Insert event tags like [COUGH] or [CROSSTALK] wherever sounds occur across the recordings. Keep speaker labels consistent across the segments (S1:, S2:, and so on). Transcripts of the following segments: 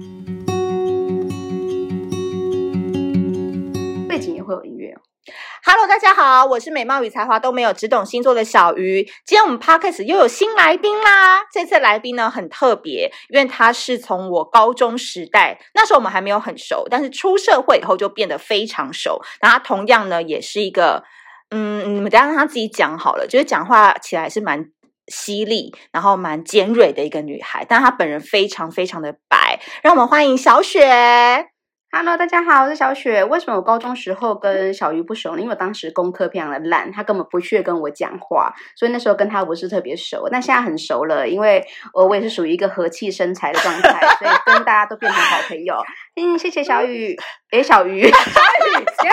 S1: 哦
S2: Hello，大家好，我是美貌与才华都没有，只懂星座的小鱼。今天我们 Podcast 又有新来宾啦！这次来宾呢很特别，因为他是从我高中时代，那时候我们还没有很熟，但是出社会以后就变得非常熟。然后他同样呢也是一个，嗯，你们等一下让他自己讲好了，就是讲话起来是蛮。犀利，然后蛮尖锐的一个女孩，但她本人非常非常的白，让我们欢迎小雪。
S1: Hello，大家好，我是小雪。为什么我高中时候跟小鱼不熟呢？因为我当时功课非常的烂，他根本不屑跟我讲话，所以那时候跟他不是特别熟。但现在很熟了，因为呃我也是属于一个和气生财的状态，所以跟大家都变成好朋友。嗯，谢谢小雨，诶，小 [LAUGHS] 鱼，小雨，你看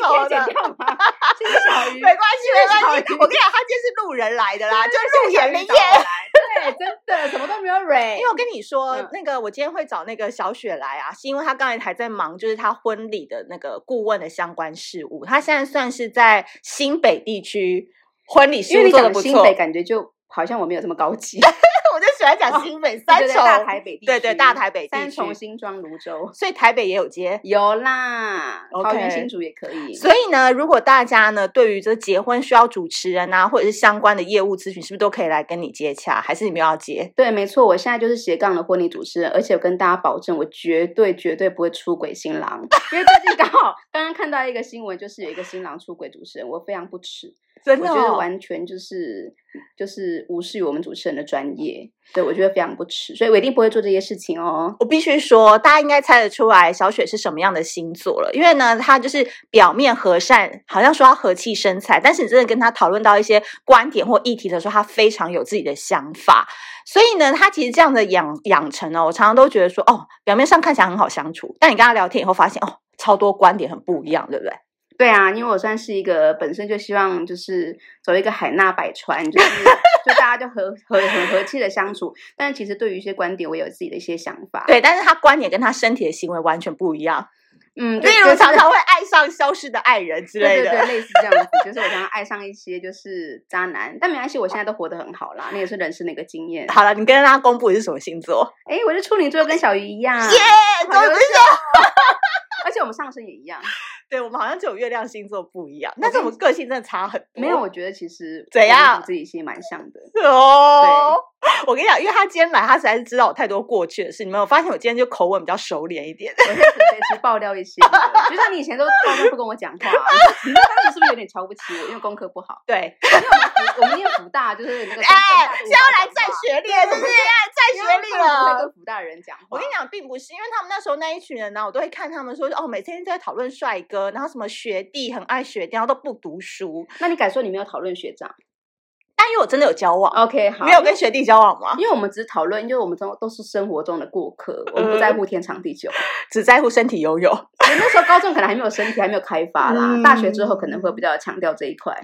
S2: 手
S1: 可以
S2: 的
S1: 剪掉吗？谢谢小鱼，
S2: 没关系，没
S1: 谢谢
S2: 关系。
S1: 小鱼
S2: 我跟你讲，他今天是路人来的
S1: 啊
S2: 啦，就路
S1: 谢谢小
S2: 演
S1: 鱼
S2: 没演
S1: 找。我来， [LAUGHS] 对，真的什么都没有蕊
S2: 因为。我跟你说，
S1: 嗯
S2: 那个我今天会找那个小雪来啊，是因为她刚才还在忙，就是她婚礼的那个顾问的相关事务。她现在算是在新北地区婚礼事
S1: 因为
S2: 务
S1: 你
S2: 做的
S1: 讲
S2: 不
S1: 新
S2: 错，
S1: 北，感觉就好像我没有这么高级。
S2: [LAUGHS] 我就喜欢讲新北、三
S1: 哦对对
S2: 重、
S1: 大台北地区，
S2: 对对大台北地
S1: 三重、
S2: 区
S1: 新庄、泸州。
S2: 所以台北也有接。
S1: 有啦，
S2: OK
S1: 桃园新竹也可以。
S2: 所以呢，如果大家呢对于这结婚需要主持人啊，或者是相关的业务咨询，是不是都可以来跟你接洽？还是你们要接？
S1: 对，没错，我现在就是斜杠的婚礼主持人，而且我跟大家保证，我绝对绝对不会出轨新郎， [LAUGHS] 因为最近刚好刚刚看到一个新闻，就是有一个新郎出轨主持人，我非常不耻，
S2: 真
S1: 我
S2: 的、
S1: 觉
S2: 哦，
S1: 得完全就是就是无视于我们主持人的专业，对我觉得非常不耻，所以我一定不会做这些事情哦。
S2: 我必须说，大家应该猜得出来小雪是什么样的星座了，因为呢，她就是表面和善，好像说她和气生财，但是你真的跟她讨论到一些观点或议题的时候，她非常有自己的想法。所以呢，她其实这样的养养成哦，我常常都觉得说，哦，表面上看起来很好相处，但你跟她聊天以后发现，哦，超多观点很不一样，对不对？
S1: 对啊，因为我算是一个本身就希望就是走一个海纳百川，就是就大家就和和很和气的相处，但是其实对于一些观点，我有自己的一些想法。
S2: 对，但是她观点跟她身体的行为完全不一样，
S1: 嗯，
S2: 例
S1: 对
S2: 如
S1: 就是
S2: 常常会爱上消失的爱人之
S1: 对
S2: 类
S1: 对
S2: 的。 [LAUGHS]
S1: 对，类似这样子，就是我常常爱上一些就是渣男，但没关系，我现在都活得很好啦，那也是人生的一个经验。
S2: 好了，你跟大家公布你是什么星座？
S1: 哎，我是处女座，跟小鱼一样，
S2: 耶、终于
S1: 好优秀 [LAUGHS] 而且我们上身也一样。
S2: 对我们好像只有月亮星座不一样，
S1: 我
S2: 但是
S1: 跟
S2: 我
S1: 你
S2: 们个性真的差很多。
S1: 没有，我觉得其实
S2: 哦怎
S1: 我们
S2: 样
S1: 自己其实蛮像的。
S2: 哦， [LAUGHS] 我跟你讲，因为他今天来，他实在是知道我太多过去的事。你们有发现我今天就口吻比较熟练一点？ [LAUGHS]
S1: 我现在可以去爆料一些那个，就像你以前都高中不跟我讲话、啊，你当时是不是有点瞧不起我？因为功课不好，
S2: 对，
S1: 因为我们我们念福大，就是那个
S2: 哎，
S1: 现
S2: 现在要来占学历了，是不是？哎占学历
S1: 不会
S2: 了。
S1: 跟福大人讲话。
S2: 我跟你讲，并不是，因为他们那时候那一群人呢、我都会看他们说，哦，每天都在讨论帅哥，然后什么学弟很爱学弟，然后都不读书。
S1: 那你敢说你没有讨论学长
S2: 但因为我真的有交往，
S1: ？OK，好，
S2: 没有跟学弟交往吗？
S1: 因为我们只是讨论，因为我们都都是生活中的过客，我们不在乎天长地久。
S2: 只在乎身体游泳。
S1: 我那时候高中可能还没有身体，还没有开发啦，
S2: 嗯
S1: 大学之后可能会比较强调这一块。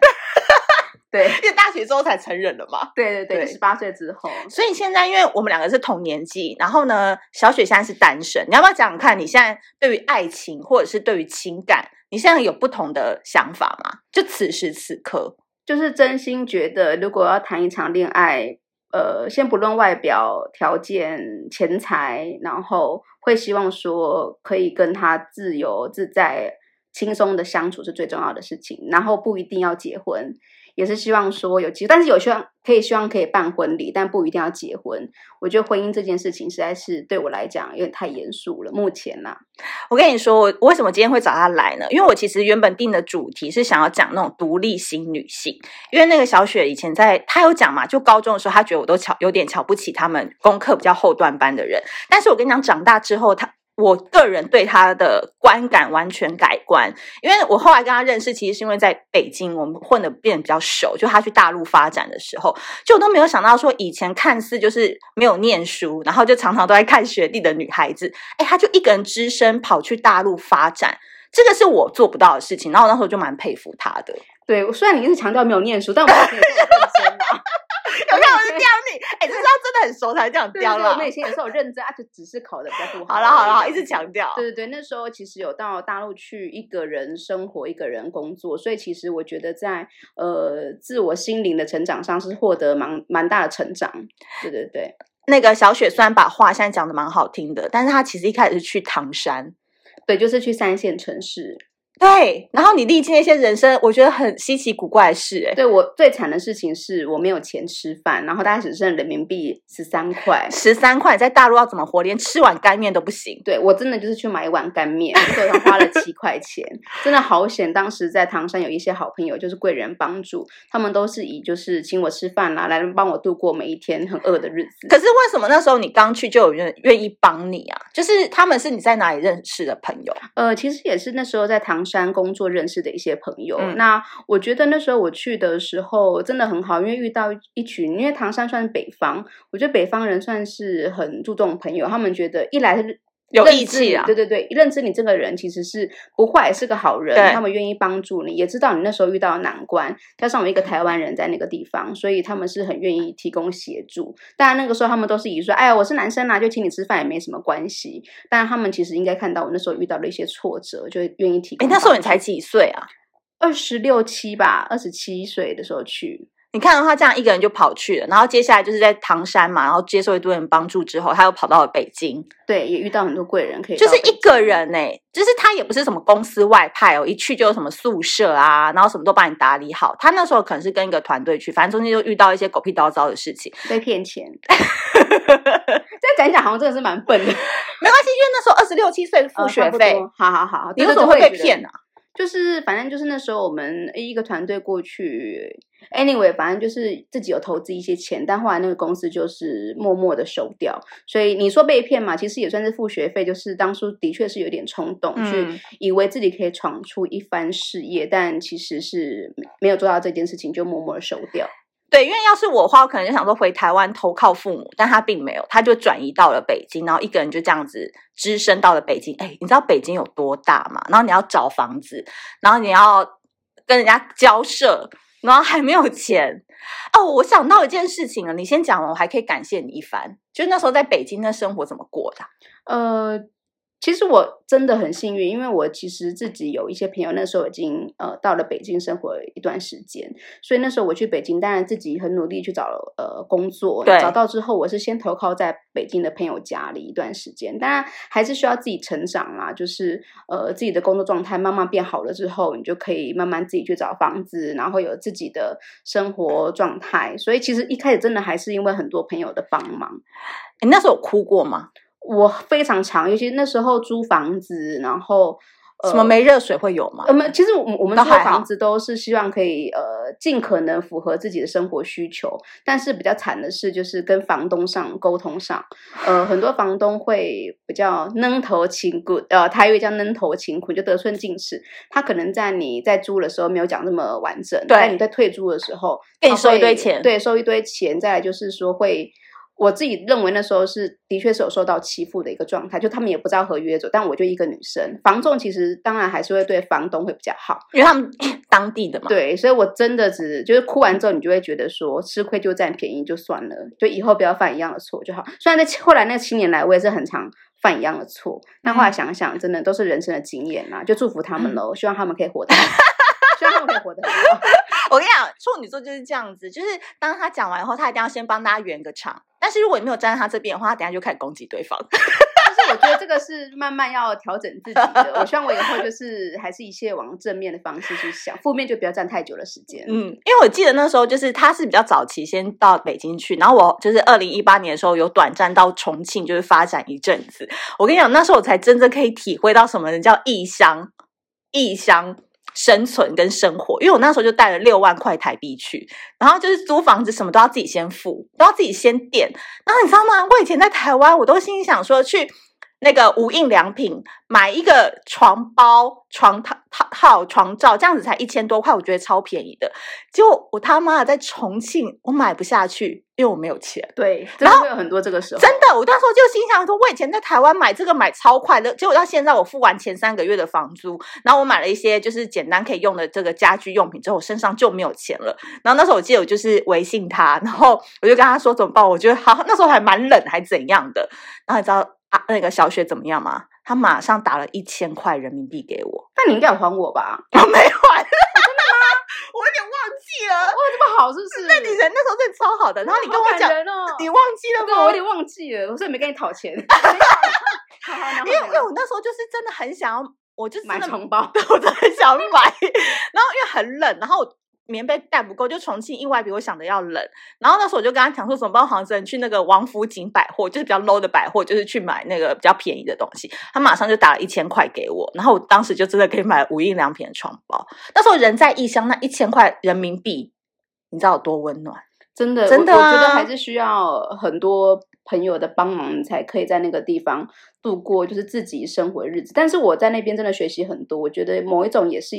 S1: 对
S2: [LAUGHS] 因为大学之后才成人了嘛。
S1: 对对对，
S2: 对
S1: 十八岁之后，
S2: 所以现在，因为我们两个是同年纪，然后呢，小雪现在是单身，你要不要讲讲看，你现在对于爱情或者是对于情感，你现在有不同的想法吗？就此时此刻，
S1: 就是真心觉得，如果要谈一场恋爱，呃，先不论外表条件、钱财，然后会希望说可以跟他自由自在、轻松的相处是最重要的事情，然后不一定要结婚。也是希望说有机会，但是有希望可以希望可以办婚礼，但不一定要结婚。我觉得婚姻这件事情实在是对我来讲有点太严肃了。目前啦、
S2: 我跟你说，我我为什么今天会找她来呢？因为我其实原本定的主题是想要讲那种独立型女性，因为那个小雪以前在她有讲嘛，就高中的时候，她觉得我都瞧有点瞧不起他们功课比较后段班的人。但是我跟你讲，长大之后，她我个人对她的观感完全改观，因为我后来跟她认识，其实是因为在北京我们混的变得比较熟，就她去大陆发展的时候，就我都没有想到说以前看似就是没有念书，然后就常常都在看学弟的女孩子，哎，她就一个人只身跑去大陆发展，这个是我做不到的事情。然后我那时候就蛮佩服她 [LAUGHS] 的。
S1: 对，虽然你一直强调没有念书，但我们也没有这么认真啦。
S2: 有看我是刁你，哎、这是要真的很熟才这样
S1: 对
S2: 刁
S1: 对对，
S2: 啦
S1: 我。们以前也是有认真啊，就只是考的比较不好。
S2: 好了好了，一直。强调。
S1: 对对对，那时候其实有到大陆去一个人生活、一个人工作，所以其实我觉得在呃自我心灵的成长上是获得蛮蛮大的成长。对对对，
S2: 那个小雪虽然把话现在讲的蛮好听的，但是她其实一开始是去唐山，
S1: 对，就是去三线城市，
S2: 对，然后你历经了一些人生，我觉得很稀奇古怪的事、欸，
S1: 对我最惨的事情是我没有钱吃饭，然后大概只剩人民币十三块
S2: 哎，。十三块你在大陆要怎么活？连吃碗干面都不行。
S1: 对我真的就是去买一碗干面，所以我花了七块钱，真的好险！当时在唐山有一些好朋友，就是贵人帮助，他们都是以就是请我吃饭啦，来帮我度过每一天很饿的日子。
S2: 可是为什么那时候你刚去就有人愿意帮你啊？就是他们是你在哪里认识的朋友？
S1: 呃，其实也是那时候在唐山工作认识的一些朋友。
S2: 嗯
S1: 那我觉得那时候我去的时候真的很好，因为遇到一群，因为唐山算是北方，我觉得北方人算是很注重朋友，他们觉得一来是。
S2: 有
S1: 认
S2: 义
S1: 知
S2: 气
S1: 你
S2: 啊
S1: 对对对，认知你这个人其实是不坏，是个好人
S2: 对，
S1: 他们愿意帮助你，也知道你那时候遇到的难关，加上我一个台湾人在那个地方，所以他们是很愿意提供协助。当然那个时候他们都是以说，哎呀，我是男生啦、就请你吃饭也没什么关系。但他们其实应该看到我那时候遇到了一些挫折，就愿意提
S2: 哎，
S1: 供帮助。
S2: 那时候你才几岁啊？
S1: 二十六七吧，二十七岁的时候去，
S2: 你看到他这样一个人就跑去了，然后接下来就是在唐山嘛，然后接受一堆人帮助之后，他又跑到了北京，
S1: 对，也遇到很多贵人，可以
S2: 就
S1: 到
S2: 是
S1: 北
S2: 一个
S1: 京
S2: 人哎、就是他也不是什么公司外派哦，一去就有什么宿舍啊，然后什么都帮你打理好。他那时候可能是跟一个团队去，反正中间就遇到一些狗屁叨糟的事情，
S1: 被骗钱。 [LAUGHS] 再讲一讲，好像真的是蛮笨的，
S2: 没关系，因为那时候二十六七岁付
S1: 呃
S2: 学。
S1: 差
S2: 费
S1: 不，多好好好，
S2: 你
S1: 对对
S2: 为什
S1: 对
S2: 么
S1: 我
S2: 会
S1: 也觉
S2: 被
S1: 得
S2: 骗呢、
S1: 就是反正就是那时候我们一个团队过去，anyway，反正就是自己有投资一些钱，但后来那个公司就是默默的收掉。所以你说被骗嘛，其实也算是付学费，就是当初的确是有点冲动，
S2: 嗯
S1: 去以为自己可以闯出一番事业，但其实是没有做到这件事情，就默默的收掉。
S2: 对，因为要是我的话，我可能就想说回台湾投靠父母，但他并没有，他就转移到了北京，然后一个人就这样子只身到了北京。哎，你知道北京有多大吗？然后你要找房子，然后你要跟人家交涉，然后还没有钱。哦，我想到一件事情了，你先讲完，我还可以感谢你一番。就是那时候在北京的生活怎么过的啊？
S1: 呃，其实我真的很幸运，因为我其实自己有一些朋友那时候已经呃到了北京生活一段时间，所以那时候我去北京，当然自己很努力去找呃工作，
S2: 对
S1: 找到之后我是先投靠在北京的朋友家里一段时间，当然还是需要自己成长啦，就是呃自己的工作状态慢慢变好了之后，你就可以慢慢自己去找房子，然后有自己的生活状态，所以其实一开始真的还是因为很多朋友的帮忙。
S2: 你那时候有哭过吗？
S1: 我非常长，尤其那时候租房子，然后、呃、
S2: 什么没热水会有吗？
S1: 我们其实我们我们
S2: 倒
S1: 租
S2: 还
S1: 的
S2: 好
S1: 房子都是希望可以呃尽可能符合自己的生活需求，但是比较惨的是就是跟房东上沟通上，呃很多房东会比较扔头轻骨，呃台语叫扔头轻骨，就得寸进尺。他可能在你在租的时候没有讲那么完整，
S2: 对
S1: 但你在退租的时候
S2: 跟你
S1: 他
S2: 收
S1: 哦
S2: 一
S1: 会
S2: 堆钱
S1: 对，收一堆钱。再来就是说会。我自己认为那时候是的确是有受到欺负的一个状态，就他们也不知道合约走，但我就一个女生，房仲其实当然还是会对房东会比较好，
S2: 因为他们 [COUGHS] 当地的嘛。
S1: 对，所以我真的只就是哭完之后，你就会觉得说吃亏就占便宜就算了，就以后不要犯一样的错就好。虽然在后来那七年来，我也是很常犯一样的错，但
S2: 嗯
S1: 后来想想，真的都是人生的经验啊啦，就祝福他们喽，希望他们可以活得很好，希望他们可以活得很好。
S2: 我跟你讲，处女座就是这样子，就是当他讲完以后，他一定要先帮大家圆个场。但是如果你没有站在他这边的话，他等下就开始攻击对方。
S1: 但是我觉得这个是慢慢要调整自己的。我希望我以后就是还是一切往正面的方式去想，负面就不要占太久的时间。
S2: 嗯，因为我记得那时候就是他是比较早期先到北京去，然后我就是二零一八年的时候有短暂到重庆，就是发展一阵子。我跟你讲，那时候我才真正可以体会到什么人叫异乡，异乡。生存跟生活，因为我那时候就带了六万块台币去，然后就是租房子什么都要自己先付，都要自己先垫。然后你知道吗？我以前在台湾，我都心里想说去那个无印良品买一个床包、床套套套、床罩，这样子才一千多块，我觉得超便宜的。结果我他妈的在重庆，我买不下去，因为我没有钱。
S1: 对，真的会有很多这个时候。
S2: 真的，我那时候就心想说，我以前在台湾买这个买超快乐，结果到现在我付完前三个月的房租，然后我买了一些就是简单可以用的这个家居用品之后，我身上就没有钱了。然后那时候我记得我就是微信他，然后我就跟他说怎么办？我觉得好，那时候还蛮冷还怎样的。然后你知道啊那个小雪怎么样吗？他马上打了一千块人民币给我，
S1: 那你应该有还我吧？
S2: 我没还，真的吗？我有点忘记了
S1: 哇，。这么好是不是？那
S2: 你人那时候真的超好的，然后你跟我
S1: 好感
S2: 讲，
S1: 人哦、
S2: 你忘记了
S1: 对，
S2: 吗？
S1: 我有点忘
S2: [LAUGHS]
S1: 记了，所以没跟你讨钱。好好，然后
S2: 因为因为
S1: 呢
S2: 我那时候就是真的很想要，我就真
S1: 买
S2: 的
S1: 床包
S2: [LAUGHS] 对，我真的想买。然后因为很冷，然后我棉被带不够，就重庆意外比我想的要冷。然后那时候我就跟他讲说，怎么办？我好像只能去那个王府井百货，就是比较 low 的百货，就是去买那个比较便宜的东西。他马上就打了一千块给我，然后我当时就真的可以买无印良品的床包。那时候人在异乡，那一千块人民币，你知道有多温暖？
S1: 真的，
S2: 真的
S1: 我，我觉得
S2: 啊
S1: 还是需要很多朋友的帮忙，才可以在那个地方度过就是自己生活的日子。但是我在那边真的学习很多，我觉得某一种也是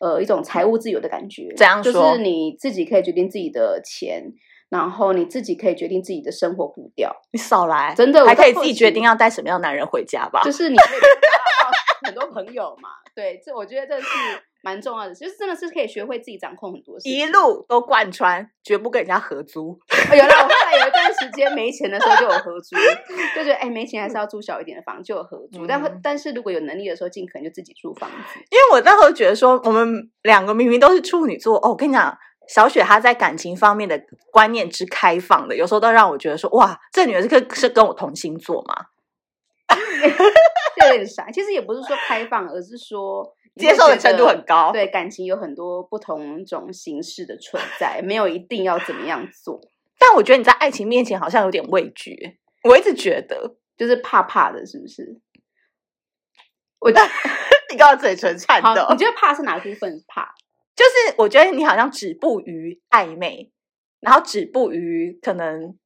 S1: 呃一种财务自由的感觉。
S2: 怎样
S1: 就
S2: 说
S1: 是你自己可以决定自己的钱，然后你自己可以决定自己的生活步调。
S2: 你少来，
S1: 真的我
S2: 还
S1: 在
S2: 可以
S1: 后
S2: 自己
S1: 期
S2: 决定要带什么样的男人回家吧？
S1: 就是你可以交到很多朋友嘛。对，这我觉得这是蛮重要的，就是真的是可以学会自己掌控很多事情。
S2: 一路都贯穿，绝不跟人家合租。
S1: [LAUGHS] 哦有了，我后来有一段时间没钱的时候就有合租，就觉得哎没钱还是要租小一点的房，就有合租。但会
S2: 嗯
S1: 但是如果有能力的时候，尽可能就自己住房子。
S2: 因为我那时候觉得说，我们两个明明都是处女座，哦，我跟你讲，小雪她在感情方面的观念之开放的，有时候都让我觉得说，哇，这女人是跟是跟我同星座嘛？
S1: 就有点傻。其实也不是说开放，而是说你会
S2: 接受
S1: 觉
S2: 的
S1: 得
S2: 程度很高
S1: 对，感情有很多不同种形式的存在，没有一定要怎么样做，
S2: 但我觉得你在爱情面前好像有点畏惧，我一直觉得 [LAUGHS]
S1: 就是怕怕的，是不是？我觉得
S2: 你刚刚嘴唇颤
S1: 好，
S2: 抖
S1: 你，觉得怕是哪部分怕？
S2: 就是我觉得你好像止步于暧昧，然后止步于可能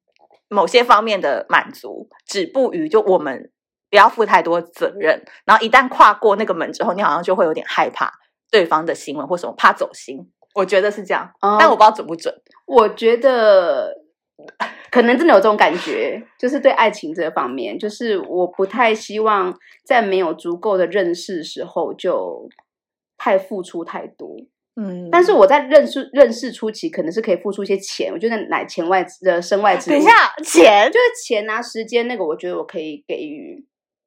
S2: 某些方面的满足，止步于就我们不要负太多责任，然后一旦跨过那个门之后，你好像就会有点害怕对方的行为或什么，怕走心。我觉得是这样，
S1: 哦
S2: 但我不知道准不准。
S1: 我觉得可能真的有这种感觉，就是对爱情这方面，就是我不太希望在没有足够的认识时候就太付出太多。
S2: 嗯
S1: 但是我在认识认识初期，可能是可以付出一些钱，我觉得乃钱外的身外之物。
S2: 等一，下，钱
S1: 就是钱啊、时间那个，我觉得我可以给予，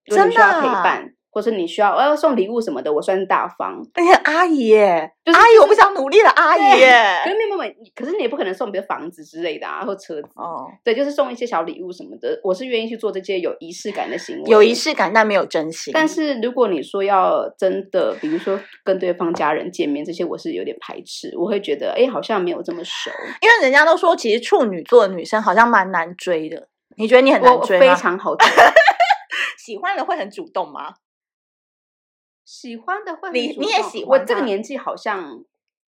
S1: 如果
S2: 真
S1: 你需要
S2: 的
S1: 陪
S2: 啊
S1: 伴，或是你需要我要送礼物什么的，我算是大方。
S2: 而且阿姨耶，
S1: 就是
S2: 阿姨，
S1: 就是
S2: 我不想努力了，阿姨
S1: 可
S2: 耶。
S1: 是没有没有，你可是你也不可能送别的房子之类的啊，或车子。
S2: 哦，
S1: 对，就是送一些小礼物什么的，我是愿意去做这些有仪式感的行为，
S2: 有仪。式感，但没有真心。
S1: 但是如果你说要真的，比如说跟对方家人见面这些，我是有点排斥，我会觉得哎，诶好像没有这么熟。
S2: 因为人家都说，其实处女座的女生好像蛮难追的。你觉得你很难
S1: 我
S2: 追
S1: 非
S2: 吗？
S1: 常
S2: [LAUGHS]
S1: 好追，
S2: 喜欢了会很主动吗？
S1: 喜欢的会很
S2: 你
S1: 主
S2: 你也
S1: 动
S2: 喜
S1: 我
S2: 欢
S1: 这个
S2: 他
S1: 年纪好像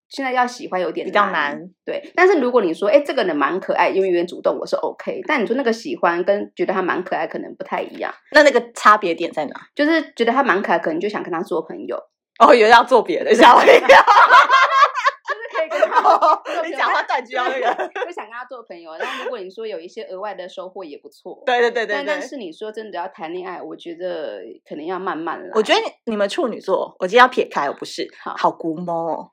S1: 现在要喜欢有点
S2: 比较
S1: 难。
S2: 难。
S1: 对，但是如果你说，哎，这个人蛮可爱，因为有点主动，我是 OK。但你说那个喜欢跟觉得他蛮可爱，可能不太一样。
S2: 那那个差别点在哪？
S1: 就是觉得他蛮可爱，可能就想跟他做朋友，
S2: [LAUGHS] 哦，原来要做 [LAUGHS] 别的，吓我一跳！
S1: 就是可以跟他
S2: 你讲话
S1: [LAUGHS]
S2: 断句要那个。
S1: 就想跟他做朋友。然后如果你说有一些额外的收获也不错，
S2: [LAUGHS] 对对对对
S1: 但但
S2: 对。
S1: 是你说真的要谈恋爱，我觉得可能要慢慢来。
S2: 我觉得你你们处女座，我今天要撇开，我哦不是
S1: 好
S2: 好估摸哦，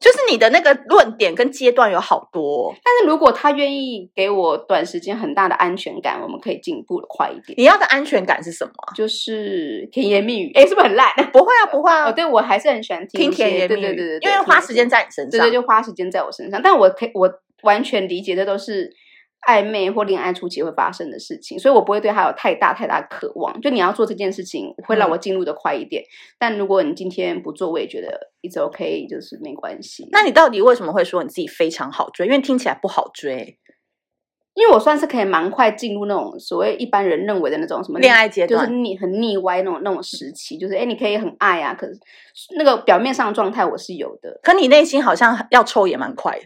S2: 就是你的那个论点跟阶段有好多哦、
S1: 但是如果他愿意给我短时间很大的安全感，我们可以进步的快一点。
S2: 你要的安全感是什么啊？
S1: 就是甜言蜜语，哎，是不是很烂？
S2: 不会啊，不会啊，
S1: 哦，对，我还是很喜欢听
S2: 听
S1: 一些
S2: 甜言
S1: 对
S2: 蜜语，
S1: 对对对对，
S2: 因为花时间
S1: 在。
S2: 在你身
S1: 对
S2: 上
S1: 对，，就花时间在我身上。但我可以，我完全理解，这都是暧昧或恋爱初期会发生的事情，所以我不会对他有太大太大的渴望。就你要做这件事情，会
S2: 嗯
S1: 让我进入的快一点。但如果你今天不做，我也觉得 it's OK，就是没关系。
S2: 那你到底为什么会说你自己非常好追？因为听起来不好追，
S1: 因为我算是可以蛮快进入那种所谓一般人认为的那种什么
S2: 恋爱阶
S1: 就是
S2: 段
S1: 腻很腻歪那种那种时期，就是哎，诶你可以很爱啊，可是那个表面上的状态我是有的。
S2: 可你内心好像要抽也蛮快的，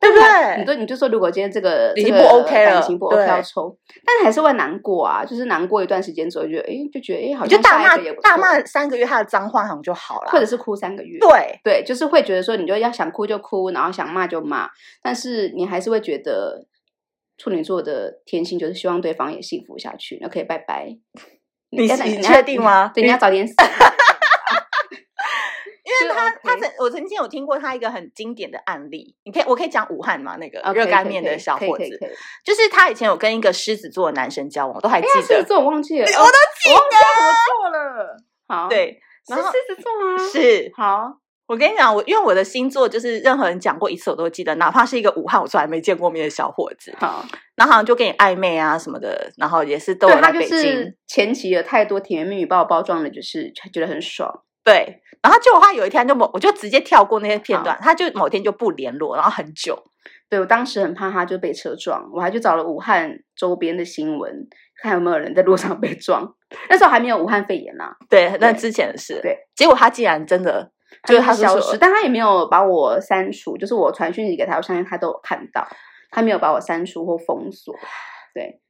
S2: 对不
S1: 啊你
S2: 对？
S1: 就你就说，如果今天这个
S2: 已
S1: 这
S2: 经
S1: 个
S2: 不 OK 了
S1: 感情不 OK
S2: 对
S1: 要抽，但是还是会难过啊，就是难过一段时间之后，就觉得哎，就觉得哎，好
S2: 你就
S1: 像
S2: 大
S1: 下
S2: 骂
S1: 一个也不错
S2: 大骂，三个月他的脏话好像就好
S1: 或
S2: 了，
S1: 者是哭三个月，
S2: 对，
S1: 对，就是会觉得说，你就要想哭就哭，然后想骂就骂，但是你还是会觉得处女座的天性就是希望对方也幸福下去，那可以拜拜。
S2: 你
S1: 要
S2: 你
S1: 要
S2: 确定吗
S1: 对，
S2: 你
S1: 你要早点死。
S2: [LAUGHS] 因
S1: [LAUGHS]
S2: 为他
S1: 就 OK
S2: 他曾我曾经有听过他一个很经典的案例，你可以我可以讲武汉嘛那个
S1: OK，
S2: 热干
S1: 哦可以
S2: 面
S1: 可以
S2: 的小
S1: 可以
S2: 伙
S1: 可以
S2: 子
S1: 可，以
S2: 就是他以前有跟一个狮子座的男生交往，我都还记
S1: 哎呀，狮子
S2: 得，
S1: 座我忘记了，
S2: 我
S1: 哦
S2: 都记
S1: 我忘记他怎么做了。好，，
S2: 对，
S1: 是
S2: 然后
S1: 狮子座
S2: 啊
S1: 吗？
S2: 是
S1: 好，
S2: 我跟你讲，我因为我的星座就是任何人讲过一次我都记得，哪怕是一个武汉我从来没见过面的小伙子，
S1: 好，
S2: 然后好像就跟你暧昧啊什么的，然后也是都
S1: 对
S2: 有
S1: 他
S2: 来
S1: 就
S2: 北京。
S1: 是前期有太多甜言蜜语把我包装的，就是觉得很爽。
S2: 对，然后结果他有一天就某，我就直接跳过那些片段，他就某天就不联络，然后很久。
S1: 对我当时很怕他就被车撞，我还去找了武汉周边的新闻，看有没有人在路上被撞。那时候还没有武汉肺炎啦、
S2: 对，
S1: 对
S2: 那之前的事。
S1: 对，
S2: 结果他竟然真的就是他
S1: 他
S2: 就
S1: 哎消
S2: 说
S1: 失，但他也没有把我删除，就是我传讯息给他，我相信他都有看到，他没有把我删除或封锁。
S2: [LAUGHS]
S1: 对，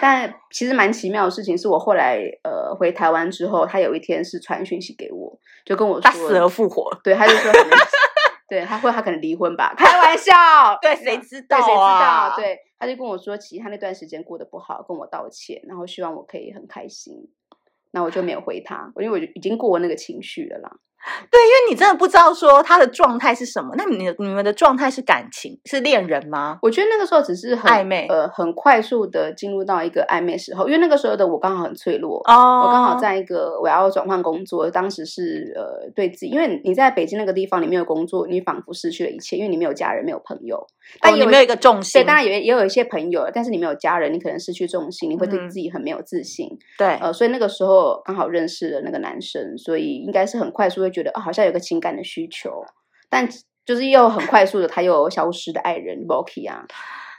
S1: 但其实蛮奇妙的事情是我后来呃回台湾之后，他有一天是传讯息给我，就跟我说
S2: 他死而复活。
S1: 对，他就说可
S2: [LAUGHS]
S1: 能对，他会他可能离婚吧，开玩笑，嗯
S2: 对， [LAUGHS] 谁知
S1: [LAUGHS]
S2: 道
S1: 对，谁知
S2: 啊
S1: 道？，对，他就跟我说，其实他那段时间过得不好，跟我道歉，然后希望我可以很开心。那我就没有回他，因为我就已经过了那个情绪了啦。
S2: 对，因为你真的不知道说他的状态是什么。那你的你们的状态是感情，是恋人吗？
S1: 我觉得那个时候只是很
S2: 暧昧
S1: 呃，很快速的进入到一个暧昧时候，因为那个时候的我刚好很脆弱。
S2: 哦
S1: 我刚好在一个我要转换工作，当时是呃对自己，因为你在北京那个地方，你没有工作，你仿佛失去了一切，因为你没有家人，没有朋友，但
S2: 哦，
S1: 有
S2: 你没有一个重心，
S1: 对，当然也也有一些朋友，但是你没有家人，你可能失去重心，你会对
S2: 嗯
S1: 自己很没有自信。
S2: 对
S1: 呃，所以那个时候刚好认识了那个男生，所以应该是很快速会觉得，哦，好像有个情感的需求，但就是又很快速的他又消失的爱人 b o k i 啊。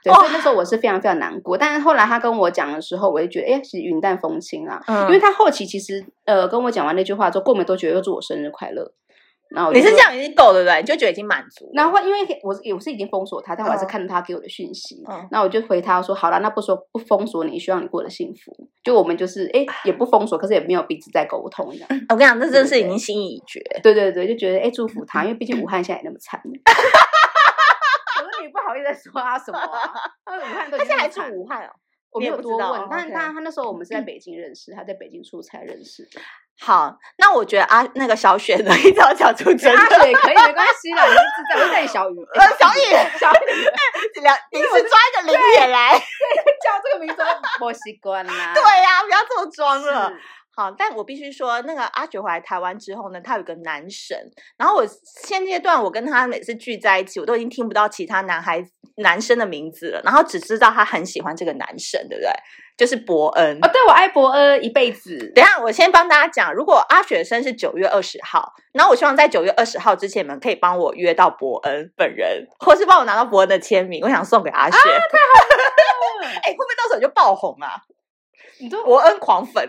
S1: 对，所以那时候我是非常非常难过，但是后来他跟我讲的时候，我就觉得，哎、其实云淡风轻啊，
S2: 嗯
S1: 因为他后期其实呃跟我讲完那句话之后，过没多久又祝我生日快乐，然后我
S2: 你
S1: 就是说
S2: 这样已经够了，对不对？你就觉得已经满足。
S1: 然后因为我是我是已经封锁他，但我还是
S2: 嗯
S1: 看到他给我的讯息，
S2: 嗯
S1: 那我就回他说好了，那不说不封锁你，希望你过得幸福。就我们就是哎、诶也不封锁，可是也没有彼此在沟通这样。 [LAUGHS]
S2: 我跟你讲，那真的是已
S1: 对
S2: 经心意已决。
S1: 对对对，就觉得哎、诶祝福他，因为毕竟武汉现在也那么惨。 [LAUGHS] 我说你不好意思在说他什么啊？他说武汉都已
S2: 他
S1: 经那
S2: 现在
S1: 么
S2: 还住
S1: 惨
S2: 武汉哦。
S1: 我
S2: 你
S1: 没
S2: 也
S1: 有
S2: 不知
S1: 多
S2: 道
S1: 问
S2: 哦，
S1: 但
S2: ，OK
S1: 但他那时候我们是在北京认识，他在北京出差认识的。
S2: 好，那我觉得啊，那个小雪呢，一直要讲出真
S1: 阿 [LAUGHS]
S2: [LAUGHS] 的。
S1: 雪也可以，没关系啦，你是自在，我是在 [LAUGHS] 小雨，
S2: 呃小雨
S1: 小雨。
S2: [LAUGHS] 两临时抓一个零点来，
S1: [LAUGHS] 叫这个名字我我习惯啦。
S2: [LAUGHS] 对呀、不要这么装了。
S1: 是
S2: 好，但我必须说，那个阿雪回来台湾之后呢，她有个男神。然后我现阶段，我跟他每次聚在一起，我都已经听不到其他男孩男生的名字了，然后只知道他很喜欢这个男神，对不对？就是伯恩。
S1: 哦，对我爱伯恩一辈子。
S2: 等一下，我先帮大家讲，如果阿雪生是九月二十号，然后我希望在九月二十号之前，你们可以帮我约到伯恩本人，或是帮我拿到伯恩的签名，我想送给
S1: 啊
S2: [LAUGHS] 阿雪。哎、会不会到时候你就爆红啊？
S1: 你都，
S2: 伯恩狂粉，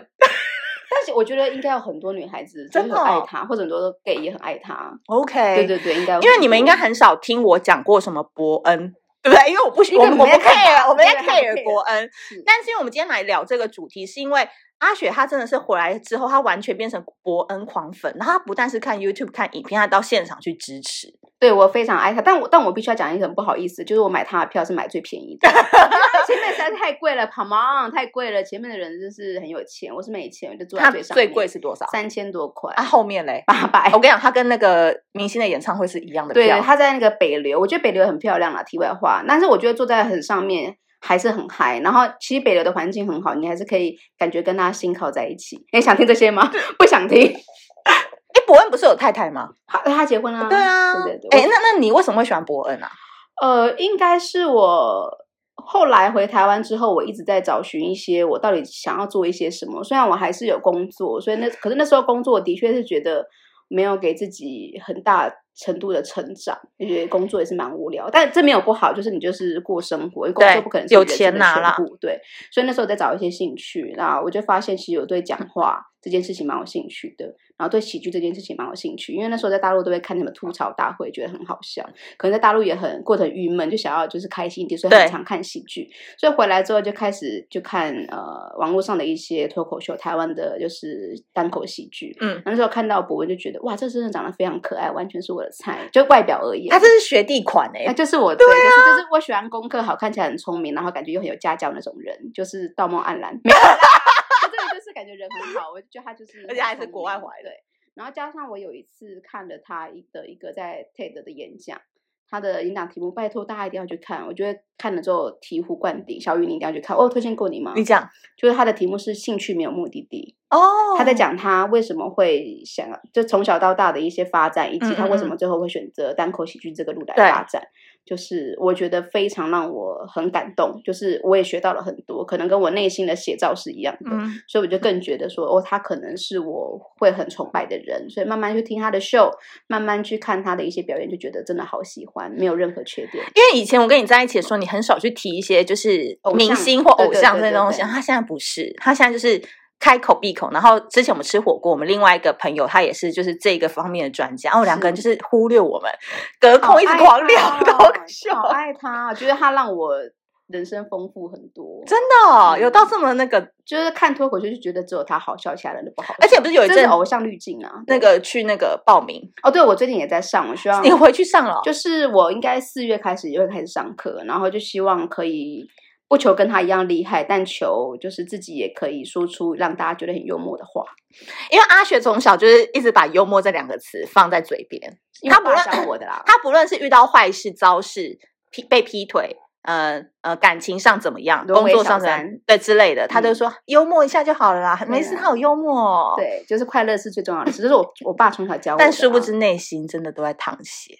S1: 但是我觉得应该有很多女孩子
S2: 真
S1: 就
S2: 的
S1: 是很
S2: 哦
S1: 爱他，或者很多 gay 也很爱他。
S2: OK，
S1: 对对对，应该有很
S2: 因
S1: 多。
S2: 为你们应该很少听我讲过什么伯恩，对不对？因为我不需，
S1: 因
S2: 我
S1: 为
S2: 们
S1: 你
S2: 我
S1: 们
S2: 不
S1: 在干嘛
S2: care，我们在
S1: 对我们
S2: care
S1: care
S2: 伯恩
S1: 是。
S2: 但是因为我们今天来聊这个主题，是因为阿雪她真的是回来之后，她完全变成伯恩狂粉。然后她不但是看 YouTube 看影片，她到现场去支持。
S1: 对我非常爱他，但我但我必须要讲一个很不好意思，就是我买他的票是买最便宜的，因为他前面实在是太贵了，Come on，太贵了。前面的人就是很有钱，我是没钱，我就坐在啊
S2: 她
S1: 最上
S2: 最贵
S1: 是
S2: 是多少？
S1: 三千多块 [LAUGHS]
S2: 啊，，后面嘞？
S1: 八百
S2: 我。跟你讲，她跟那个明星的演唱会是一样的
S1: 哎对，
S2: 票。
S1: 他在那个北流，我觉得北流很漂亮啦。题外话，但是我觉得坐在很上面还是很嗨。然后其实北流的环境很好，你还是可以感觉跟他心靠在一起。你想听这些吗？不想听。
S2: 哎，伯恩不是有太太吗？
S1: 他他结婚啦、
S2: 对啊，
S1: 嗯对对对。
S2: 哎，那那你为什么会喜欢伯恩啊？
S1: 我呃，应该是我后来回台湾之后，我一直在找寻一些我到底想要做一些什么。虽然我还是有工作，所以那可是那时候工作的确是觉得。没有给自己很大程度的成长，就觉得工作也是蛮无聊，但这没有不好，就是你就是过生活，因为工
S2: 对
S1: 作不可能是
S2: 有
S1: 人生
S2: 钱
S1: 的
S2: 拿
S1: 全
S2: 啦
S1: 部，对，所以那时候在找一些兴趣，那我就发现其实我对讲话这件事情蛮有兴趣的，然后对喜剧这件事情蛮有兴趣，因为那时候在大陆都会看什么吐槽大会，觉得很好笑，可能在大陆也很过得很郁闷，就想要就是开心一点，所以
S2: 对
S1: 很常看喜剧，所以回来之后就开始就看呃网络上的一些脱口秀，台湾的就是单口喜剧，
S2: 嗯，
S1: 那时候看到博文就觉得哇，这真的长得非常可爱，完全是我的菜，就外表而言。
S2: 她这是学弟款
S1: 那
S2: 哎，
S1: 就是我对、就是就是我喜欢功课好，看起来很聪明，然后感觉又很有家教那种人，就是道貌岸然。 [LAUGHS] 没有啦，他这个就是感觉人很好，我就觉得他就是，
S2: 而且还是国外回来的
S1: 对。然后加上我有一次看了他一的一个在 TED 的演讲，他的演讲题目，拜托大家一定要去看，我觉得看了之后醍醐灌顶。小雨你一定要去看，我有推荐过你吗？
S2: 你讲
S1: 就是他的题目是兴趣没有目的地。
S2: 哦
S1: 他在讲他为什么会想，就从小到大的一些发展，以及他为什么最后会选择单口喜剧这个路来
S2: 嗯对
S1: 发展。就是我觉得非常让我很感动，就是我也学到了很多，可能跟我内心的写照是一样的，
S2: 嗯
S1: 所以我就更觉得说，哦，他可能是我会很崇拜的人，所以慢慢去听他的秀，慢慢去看他的一些表演，就觉得真的好喜欢，没有任何缺
S2: [LAUGHS]
S1: 点。
S2: 因为以前我跟你在一起的时候，你很少去提一些就是
S1: 偶像
S2: 明星或偶像这
S1: 对对对
S2: 些东西，
S1: 对对
S2: 他现在不是，他现在就是开口闭口。然后之前我们吃火锅，我们另外一个朋友他也是就是这个方面的专家，然后两个人就是忽略我们，隔
S1: 哦
S2: 空一
S1: 哎
S2: 直狂聊
S1: 好爱他
S2: 高秀，
S1: 好爱他哦，觉得他让我人生丰富很多。
S2: [LAUGHS] [LAUGHS] 真的哦、
S1: 嗯
S2: 有到这么那个，
S1: 就是看脱口秀就觉得只有他好笑，其他人都不好笑。
S2: 而且不是有一
S1: 这是
S2: 阵
S1: 偶像滤镜啊，
S2: 那个去那个报名，
S1: 哦，对我最近也在上，我希望
S2: 你回去上了哦、
S1: 就是我应该四月开始也会开始上课，然后就希望可以不求跟他一样厉害，但求就是自己也可以说出让大家觉得很幽默的话。
S2: 因为阿雪从小就是一直把幽默这两个词放在嘴边，
S1: 因为
S2: 他不
S1: 爸
S2: 让
S1: 教我的
S2: [LAUGHS]
S1: 啦，
S2: 他不论是遇到坏事、糟事、劈被劈腿，呃呃，感情上怎么样，
S1: 沦
S2: 工
S1: 为
S2: 作上怎
S1: 小
S2: 么样
S1: 三
S2: 对之类的，他
S1: 嗯
S2: 都说、幽默一下就好了啦，没事，
S1: 对啊
S2: 他好幽默、哦。，
S1: 对，就是快乐是最重要的事，这是我我爸从小教我的啦。
S2: 但殊不知内心真的都在淌血。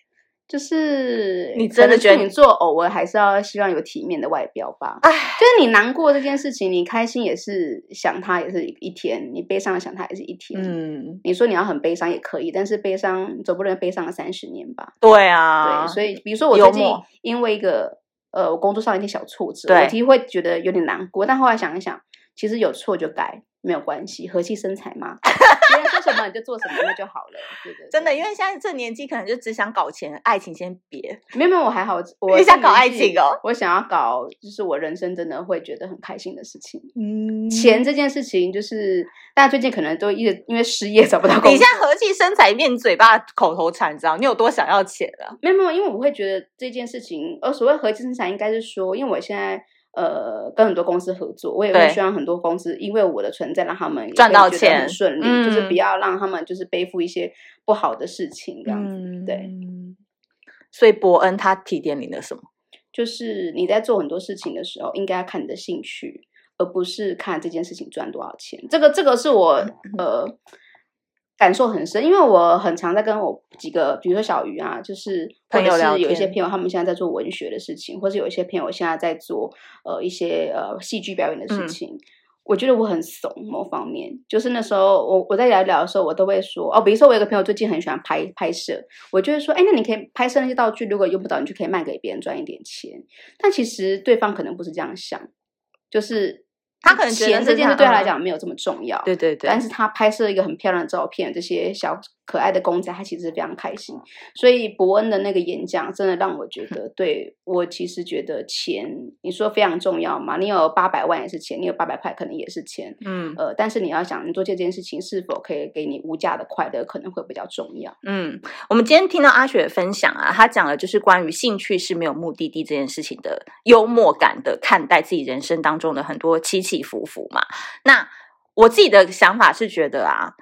S1: 就是
S2: 你真的觉得
S1: 你做偶尔还是要希望有体面的外表吧。
S2: 唉，
S1: 就是你难过这件事情，你开心也是想他也是一天，你悲伤想他也是一天。
S2: 嗯，
S1: 你说你要很悲伤也可以，但是悲伤总不能悲伤了三十年吧？
S2: 对啊，
S1: 对，所以比如说我
S2: 幽
S1: 最近
S2: 默
S1: 因为一个呃，我工作上一点小挫折，
S2: 对
S1: 我其实会觉得有点难过，但后来想一想，其实有错就改，没有关系，和气生财
S2: [LAUGHS]
S1: 嘛，别人说什么你就做什么，那就好了。对对对
S2: 真的，因为现在这年纪可能就只想搞钱，爱情先别。
S1: 没有没有，我还好，我
S2: 你想
S1: 这
S2: 搞
S1: 年
S2: 爱
S1: 纪
S2: 情哦
S1: 我想要搞就是我人生真的会觉得很开心的事情。
S2: 嗯
S1: 钱这件事情，就是大家最近可能都一直因为失业找不到
S2: [LAUGHS]
S1: 工
S2: 你
S1: 作
S2: 现，在和气生财，面嘴巴口头禅，你知道你有多想要钱啊？
S1: 没有没有，因为我会觉得这件事情，呃，所谓合计生产，应该是说，因为我现在呃跟很多公司合作，我也
S2: 对
S1: 会希望很多公司因为我的存在，让他们也
S2: 赚
S1: 可以
S2: 到
S1: 觉得
S2: 钱
S1: 很顺利，就是
S2: 嗯
S1: 不要让他们就是背负一些不好的事情这样子。对，
S2: 嗯。所以伯恩他提点你了什么？
S1: 就是你在做很多事情的时候，应该要看你的兴趣，而不是看这件事情赚多少钱。这个这个是
S2: 嗯
S1: 我呃感受很深，因为我很常在跟我几个，比如说小鱼啊，就是或
S2: 朋友
S1: 者
S2: 聊
S1: 是有一些
S2: 天
S1: 朋友，他们现在在做文学的事情，或者有一些朋友现在在做呃一些呃戏剧表演的
S2: 嗯
S1: 事情。我觉得我很怂某方面，就是那时候我我在聊一聊的时候，我都会说哦，比如说我有个朋友最近很喜欢拍拍摄，我就会说，哎，那你可以拍摄那些道具，如果用不到，你就可以卖给别人赚一点钱。但其实对方可能不是这样想，就是
S2: 他可能觉得
S1: 钱
S2: 是
S1: 这件
S2: 他
S1: 事对他来
S2: 嗯
S1: 讲没有这么重要。
S2: 对对对，
S1: 但是他拍摄一个很漂亮的照片，这些小可爱的公仔，他其实非常开
S2: 嗯
S1: 心。所以伯恩的那个演讲，真的让我觉得，对我其实觉得钱，你说非常重要嘛？你有八百万也是钱，你有八百块可能也是钱。
S2: 嗯
S1: 呃，但是你要想，你做这件事情是否可以给你无价的快乐，可能会比较重要。
S2: 嗯，我们今天听到阿雪的分享啊，她讲的就是关于兴趣是没有目的地这件事情的幽默感的看待自己人生当中的很多起起伏伏嘛。那我自己的想法是觉得啊，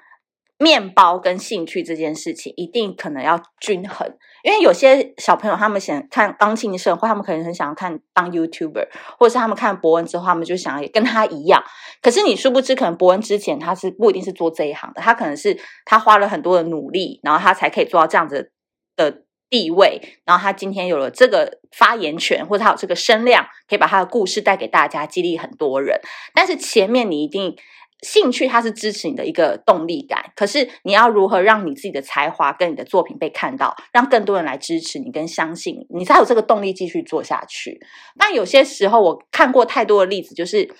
S2: 面包跟兴趣这件事情一定可能要均衡，因为有些小朋友他们想看钢琴社会，他们可能很想要看当 YouTuber，或者是他们看博文之后，他们就想要跟他一样。可是你殊不知，可能伯恩之前他是不一定是做这一行的，他可能是他花了很多的努力，然后他才可以做到这样子的地位，然后他今天有了这个发言权，或者他有这个声量，可以把他的故事带给大家，激励很多人。但是前面你一定。兴趣它是支持你的一个动力感，可是你要如何让你自己的才华跟你的作品被看到，让更多人来支持你跟相信你，你才有这个动力继续做下去。那有些时候我看过太多的例子，就是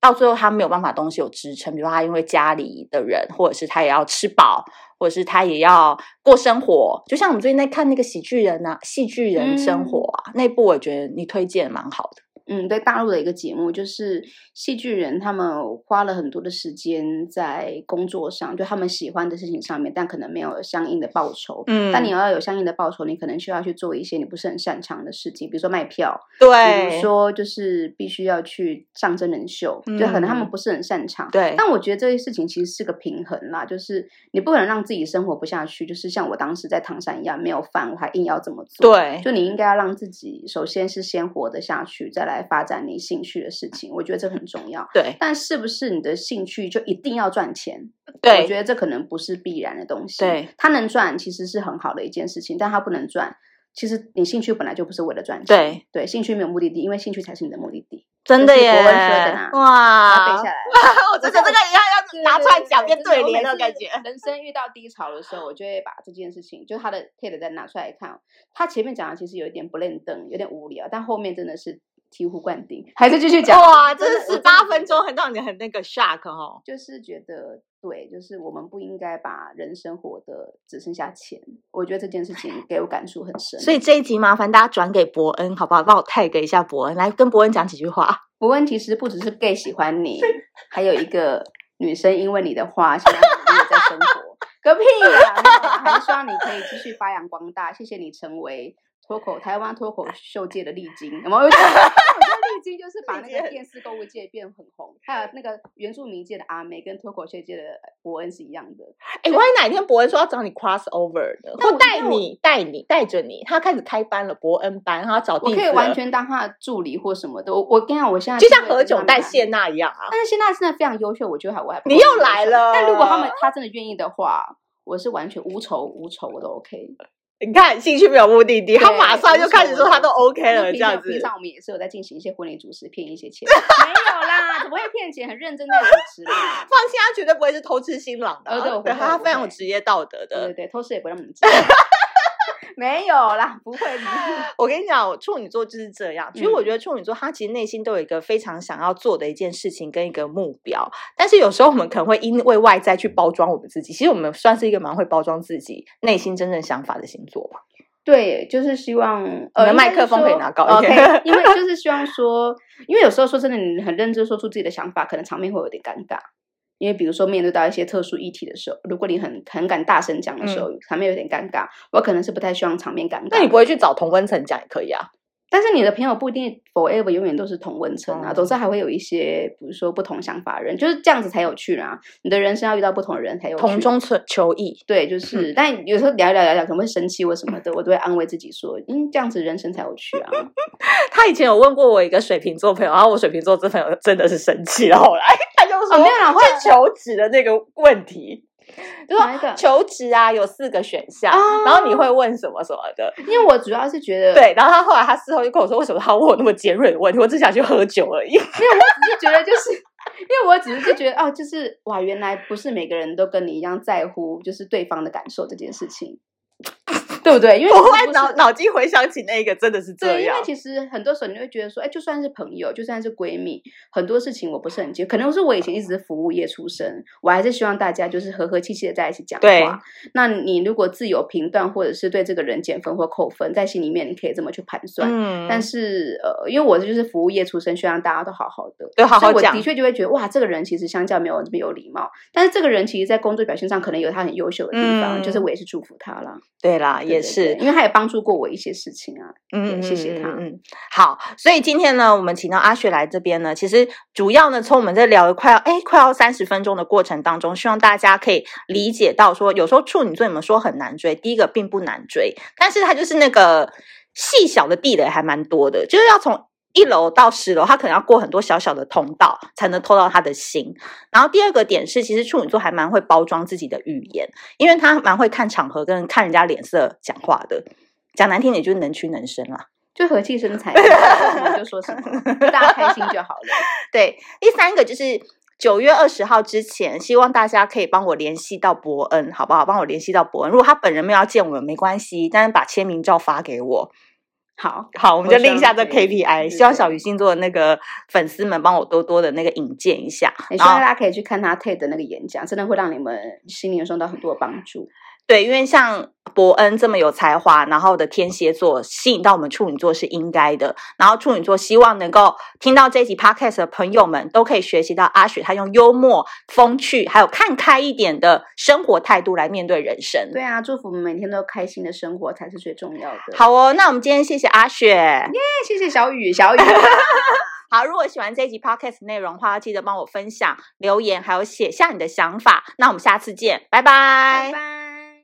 S2: 到最后他没有办法东西有支撑，比如他因为家里的人，或者是他也要吃饱，或者是他也要过生活。就像我们最近在看那个喜剧人啊，戏剧人生活啊、那部，我觉得你推荐蛮好的。
S1: 嗯，对大陆的一个节目，就是戏剧人他们花了很多的时间在工作上，就他们喜欢的事情上面，但可能没有相应的报酬。
S2: 嗯
S1: 但你要有相应的报酬，你可能需要去做一些你不是很擅长的事情，比如说卖票，比如
S2: 对
S1: 说就是必须要去上真人秀，就可能他
S2: 嗯
S1: 们不是很擅长。
S2: 对，
S1: 但我觉得这些事情其实是个平衡啦，就是你不可能让自己生活不下去，就是像我当时在唐山一样，没有饭我还硬要这么做。
S2: 对
S1: 就你应该要让自己首先是先活得下去，再来发展你兴趣的事情，我觉得这很重要。
S2: 对
S1: 但是不是你的兴趣就一定要赚钱？我觉
S2: 对
S1: 得这可能不是必然的东西。
S2: 对，
S1: 它能赚其实是很好的一件事情，但它不能赚，其实你兴趣本来就不是为了赚钱，
S2: 对
S1: 对，兴趣没有目的地，因为兴趣才是你的目的地。
S2: 真的
S1: 这是
S2: 耶
S1: 伯恩说的啦！把它
S2: 哇
S1: 背下，来。
S2: 我真的这个也 [LAUGHS] 要要拿出来讲，变对联的感觉。
S1: 人生遇到低潮的时候，我就会把这件事情，就他的 TED 再拿出来看。哦他前面讲的其实有一点不认登，有点无聊，但后面真的是醍醐灌顶，还是继续
S2: [LAUGHS]
S1: 讲。
S2: 哇，这
S1: 真的
S2: 是
S1: 我
S2: 十
S1: 真的
S2: 八
S1: 觉
S2: 分
S1: 得
S2: 钟，很让你很那个 shock 哦。
S1: 就是觉得对，就是我们不应该把人生活的只剩下钱。我觉得这件事情给我感触很深。
S2: 所以这一集麻烦大家转给伯恩，好不好？帮我 tag 一下伯恩，来跟伯恩讲几句话。
S1: 伯恩其实不只是 gay 喜欢
S2: [LAUGHS]
S1: 你，还有一个女生因为你的话现在很努力地在生活，个屁呀、没有啦还希望你可以继续发扬光大，谢谢你成为脱口台湾脱口秀界的丽晶。有没有？ [LAUGHS] 我觉得丽晶就是把
S2: 丽
S1: 那
S2: 晶
S1: 个
S2: 很
S1: 电视购物界变很红，还有那个原住民界的阿妹跟脱口秀界的伯恩是一样的。
S2: 哎，万一哪一天伯恩说要找你 cross over 的，
S1: 那
S2: 或
S1: 我
S2: 带
S1: 那我
S2: 你带你带着你，他开始开班了，伯恩班，他要找
S1: 我
S2: 弟
S1: 可
S2: 子
S1: 以
S2: 了，
S1: 完全当他的助理或什么的。我我跟你讲，我现在
S2: 就是像
S1: 会
S2: 何
S1: 跟
S2: 炅
S1: 他们
S2: 带
S1: 谈
S2: 谢娜一样啊。
S1: 但是谢娜真的非常优秀，我觉得还我还
S2: 你又来了
S1: 但如果他们他真的愿意的话，我是完全无仇无仇，我都 OK。
S2: 你看，兴趣没有目的地，他
S1: 对
S2: 马上就开始说他都
S1: 无所谓
S2: OK 了，
S1: 因为
S2: 这
S1: 平常
S2: 样子
S1: 平。常我们也是有在进行一些婚礼主持，骗一些钱。没有啦，怎么会骗钱？很认真在主持
S2: [LAUGHS]
S1: 啦。
S2: 放心，他绝对不会是偷吃新郎的啊，
S1: 呃对我不
S2: 对
S1: 会
S2: 他
S1: 我不
S2: 非常有
S1: 会
S2: 职业道德
S1: 对对
S2: 的。
S1: 对，偷吃也不会让我们知道。 [LAUGHS] 没有啦，不会。
S2: 我跟你讲，处女座就是这样。其实我
S1: 嗯
S2: 觉得处女座他其实内心都有一个非常想要做的一件事情跟一个目标，但是有时候我们可能会因为外在去包装我们自己。其实我们算是一个蛮会包装自己内心真正想法的星座吧。
S1: 对，就是希望
S2: 你
S1: 呃，
S2: 的
S1: 应
S2: 麦
S1: 该是
S2: 克风可以
S1: 说
S2: 拿高一点 [LAUGHS]
S1: OK，因为就是希望说，因为有时候说真的，你很认真说出自己的想法，可能场面会有点尴尬。因为比如说面对到一些特殊议题的时候，如果你很很敢大声讲的时候，场面有点尴尬。我可能是不太希望场面尴尬。
S2: 嗯那你不会去找同温层讲也可以啊。
S1: 但是你的朋友不一定 forever 永远都是同温层啊，
S2: 嗯
S1: 总是还会有一些，比如说不同想法的人，就是这样子才有趣啦。你的人生要遇到不同的人才有趣。
S2: 同中嗯存求异，
S1: 对，就是，但有时候聊一聊聊一聊，可能会生气或什么的，我都会安慰自己说，嗯，这样子人生才有趣啊。
S2: 他以前有问过我一个水瓶座朋友，然后我水瓶座这朋友真的是生气了，后来 [LAUGHS] 他就说、
S1: 哦没有啦后来
S2: 去求职的那个问题，就
S1: 哪一
S2: 说
S1: 个
S2: [LAUGHS] 求职啊有四个选项，
S1: 啊
S2: 然后你会问什么什么的，
S1: 因为我主要是觉得，
S2: 哦对，然后他后来他事后就跟我说，为什么他问我那么尖锐的问题，我只想去喝酒而已。
S1: 只是觉得就是，因为我只是就觉得，哦，就是哇，原来不是每个人都跟你一样在乎，就是对方的感受这件事情，对不对？因为
S2: [LAUGHS] 我
S1: 其
S2: 后
S1: 实
S2: 来
S1: 不是
S2: 脑脑筋回想起那个真的是这
S1: 对，因
S2: 样
S1: 为，其实很多时候你会觉得说，哎，就算是朋友，就算是闺蜜，很多事情我不是很接，可能是我以前一直是服务业出身，我还是希望大家就是和和气气的在一起讲
S2: 对
S1: 话。那你如果自有评断，或者是对这个人减分或扣分，在心里面你可以这么去盘算。
S2: 嗯
S1: 但
S2: 是
S1: 是呃，因为我就是服务业出身，希望大家都好好的，
S2: 对好好
S1: 所以我
S2: 讲
S1: 的，确就会觉得哇，这个人其实相较没有这么有礼貌，但是这个人其实在工作表现上可能有他很优秀的地方，就是
S2: 嗯
S1: 我也是祝福他啦，
S2: 对啦，
S1: 对
S2: 也
S1: 对对，
S2: 是
S1: 因为他也帮助过我一些事情啊，
S2: 嗯，
S1: 对谢谢
S2: 嗯
S1: 他
S2: 嗯嗯，好，所以今天呢，我们请到阿雪来这边呢，其实主要呢，从我们在聊快要哎快要三十分钟的过程当中，希望大家可以理解到说，有时候处女座你们说很难追，第一个并不难追，但是它就是那个细小的地雷还蛮多的，就是要从。一楼到十楼，他可能要过很多小小的通道，才能偷到他的心。然后第二个点是，其实处女座还蛮会包装自己的语言，因为他蛮会看场合跟看人家脸色讲话的。讲难听点，就是能屈能伸啦。
S1: 就和气生
S2: [LAUGHS]
S1: 财，我就说什么，就大家开心就好了。
S2: 对，第三个就是九月二十号之前，希望大家可以帮我联系到伯恩，好不好？帮我联系到伯恩，如果他本人没有要见我们，没关系，但是把签名照发给我。
S1: 好，
S2: 好，我们
S1: 我
S2: 就
S1: 希
S2: 立
S1: 望
S2: 下这
S1: 可以对
S2: KPI，
S1: 对
S2: 希望小鱼星座的那个粉丝们帮我多多的那个引荐一下。
S1: 也希
S2: 然
S1: 望
S2: 后
S1: 大家可以去看他 TED 的那个演讲，真的会让你们心灵受到很多帮助。
S2: 对，因为像伯恩这么有才华，然后的天蝎座吸引到我们处女座是应该的。然后处女座希望能够听到这一集 podcast 的朋友们都可以学习到阿雪她用幽默、风趣，还有看开一点的生活态度来面对人生。
S1: 对啊，祝福我们每天都开心的生活才是最重要的。，
S2: 好哦，那我们今天谢谢阿雪。
S1: 谢谢小雨，小雨，
S2: 好，如果喜欢这一集 podcast 内容的话，记得帮我分享、留言，还有写下你的想法。那我们下次见，拜拜
S1: 拜拜。
S2: [LAUGHS]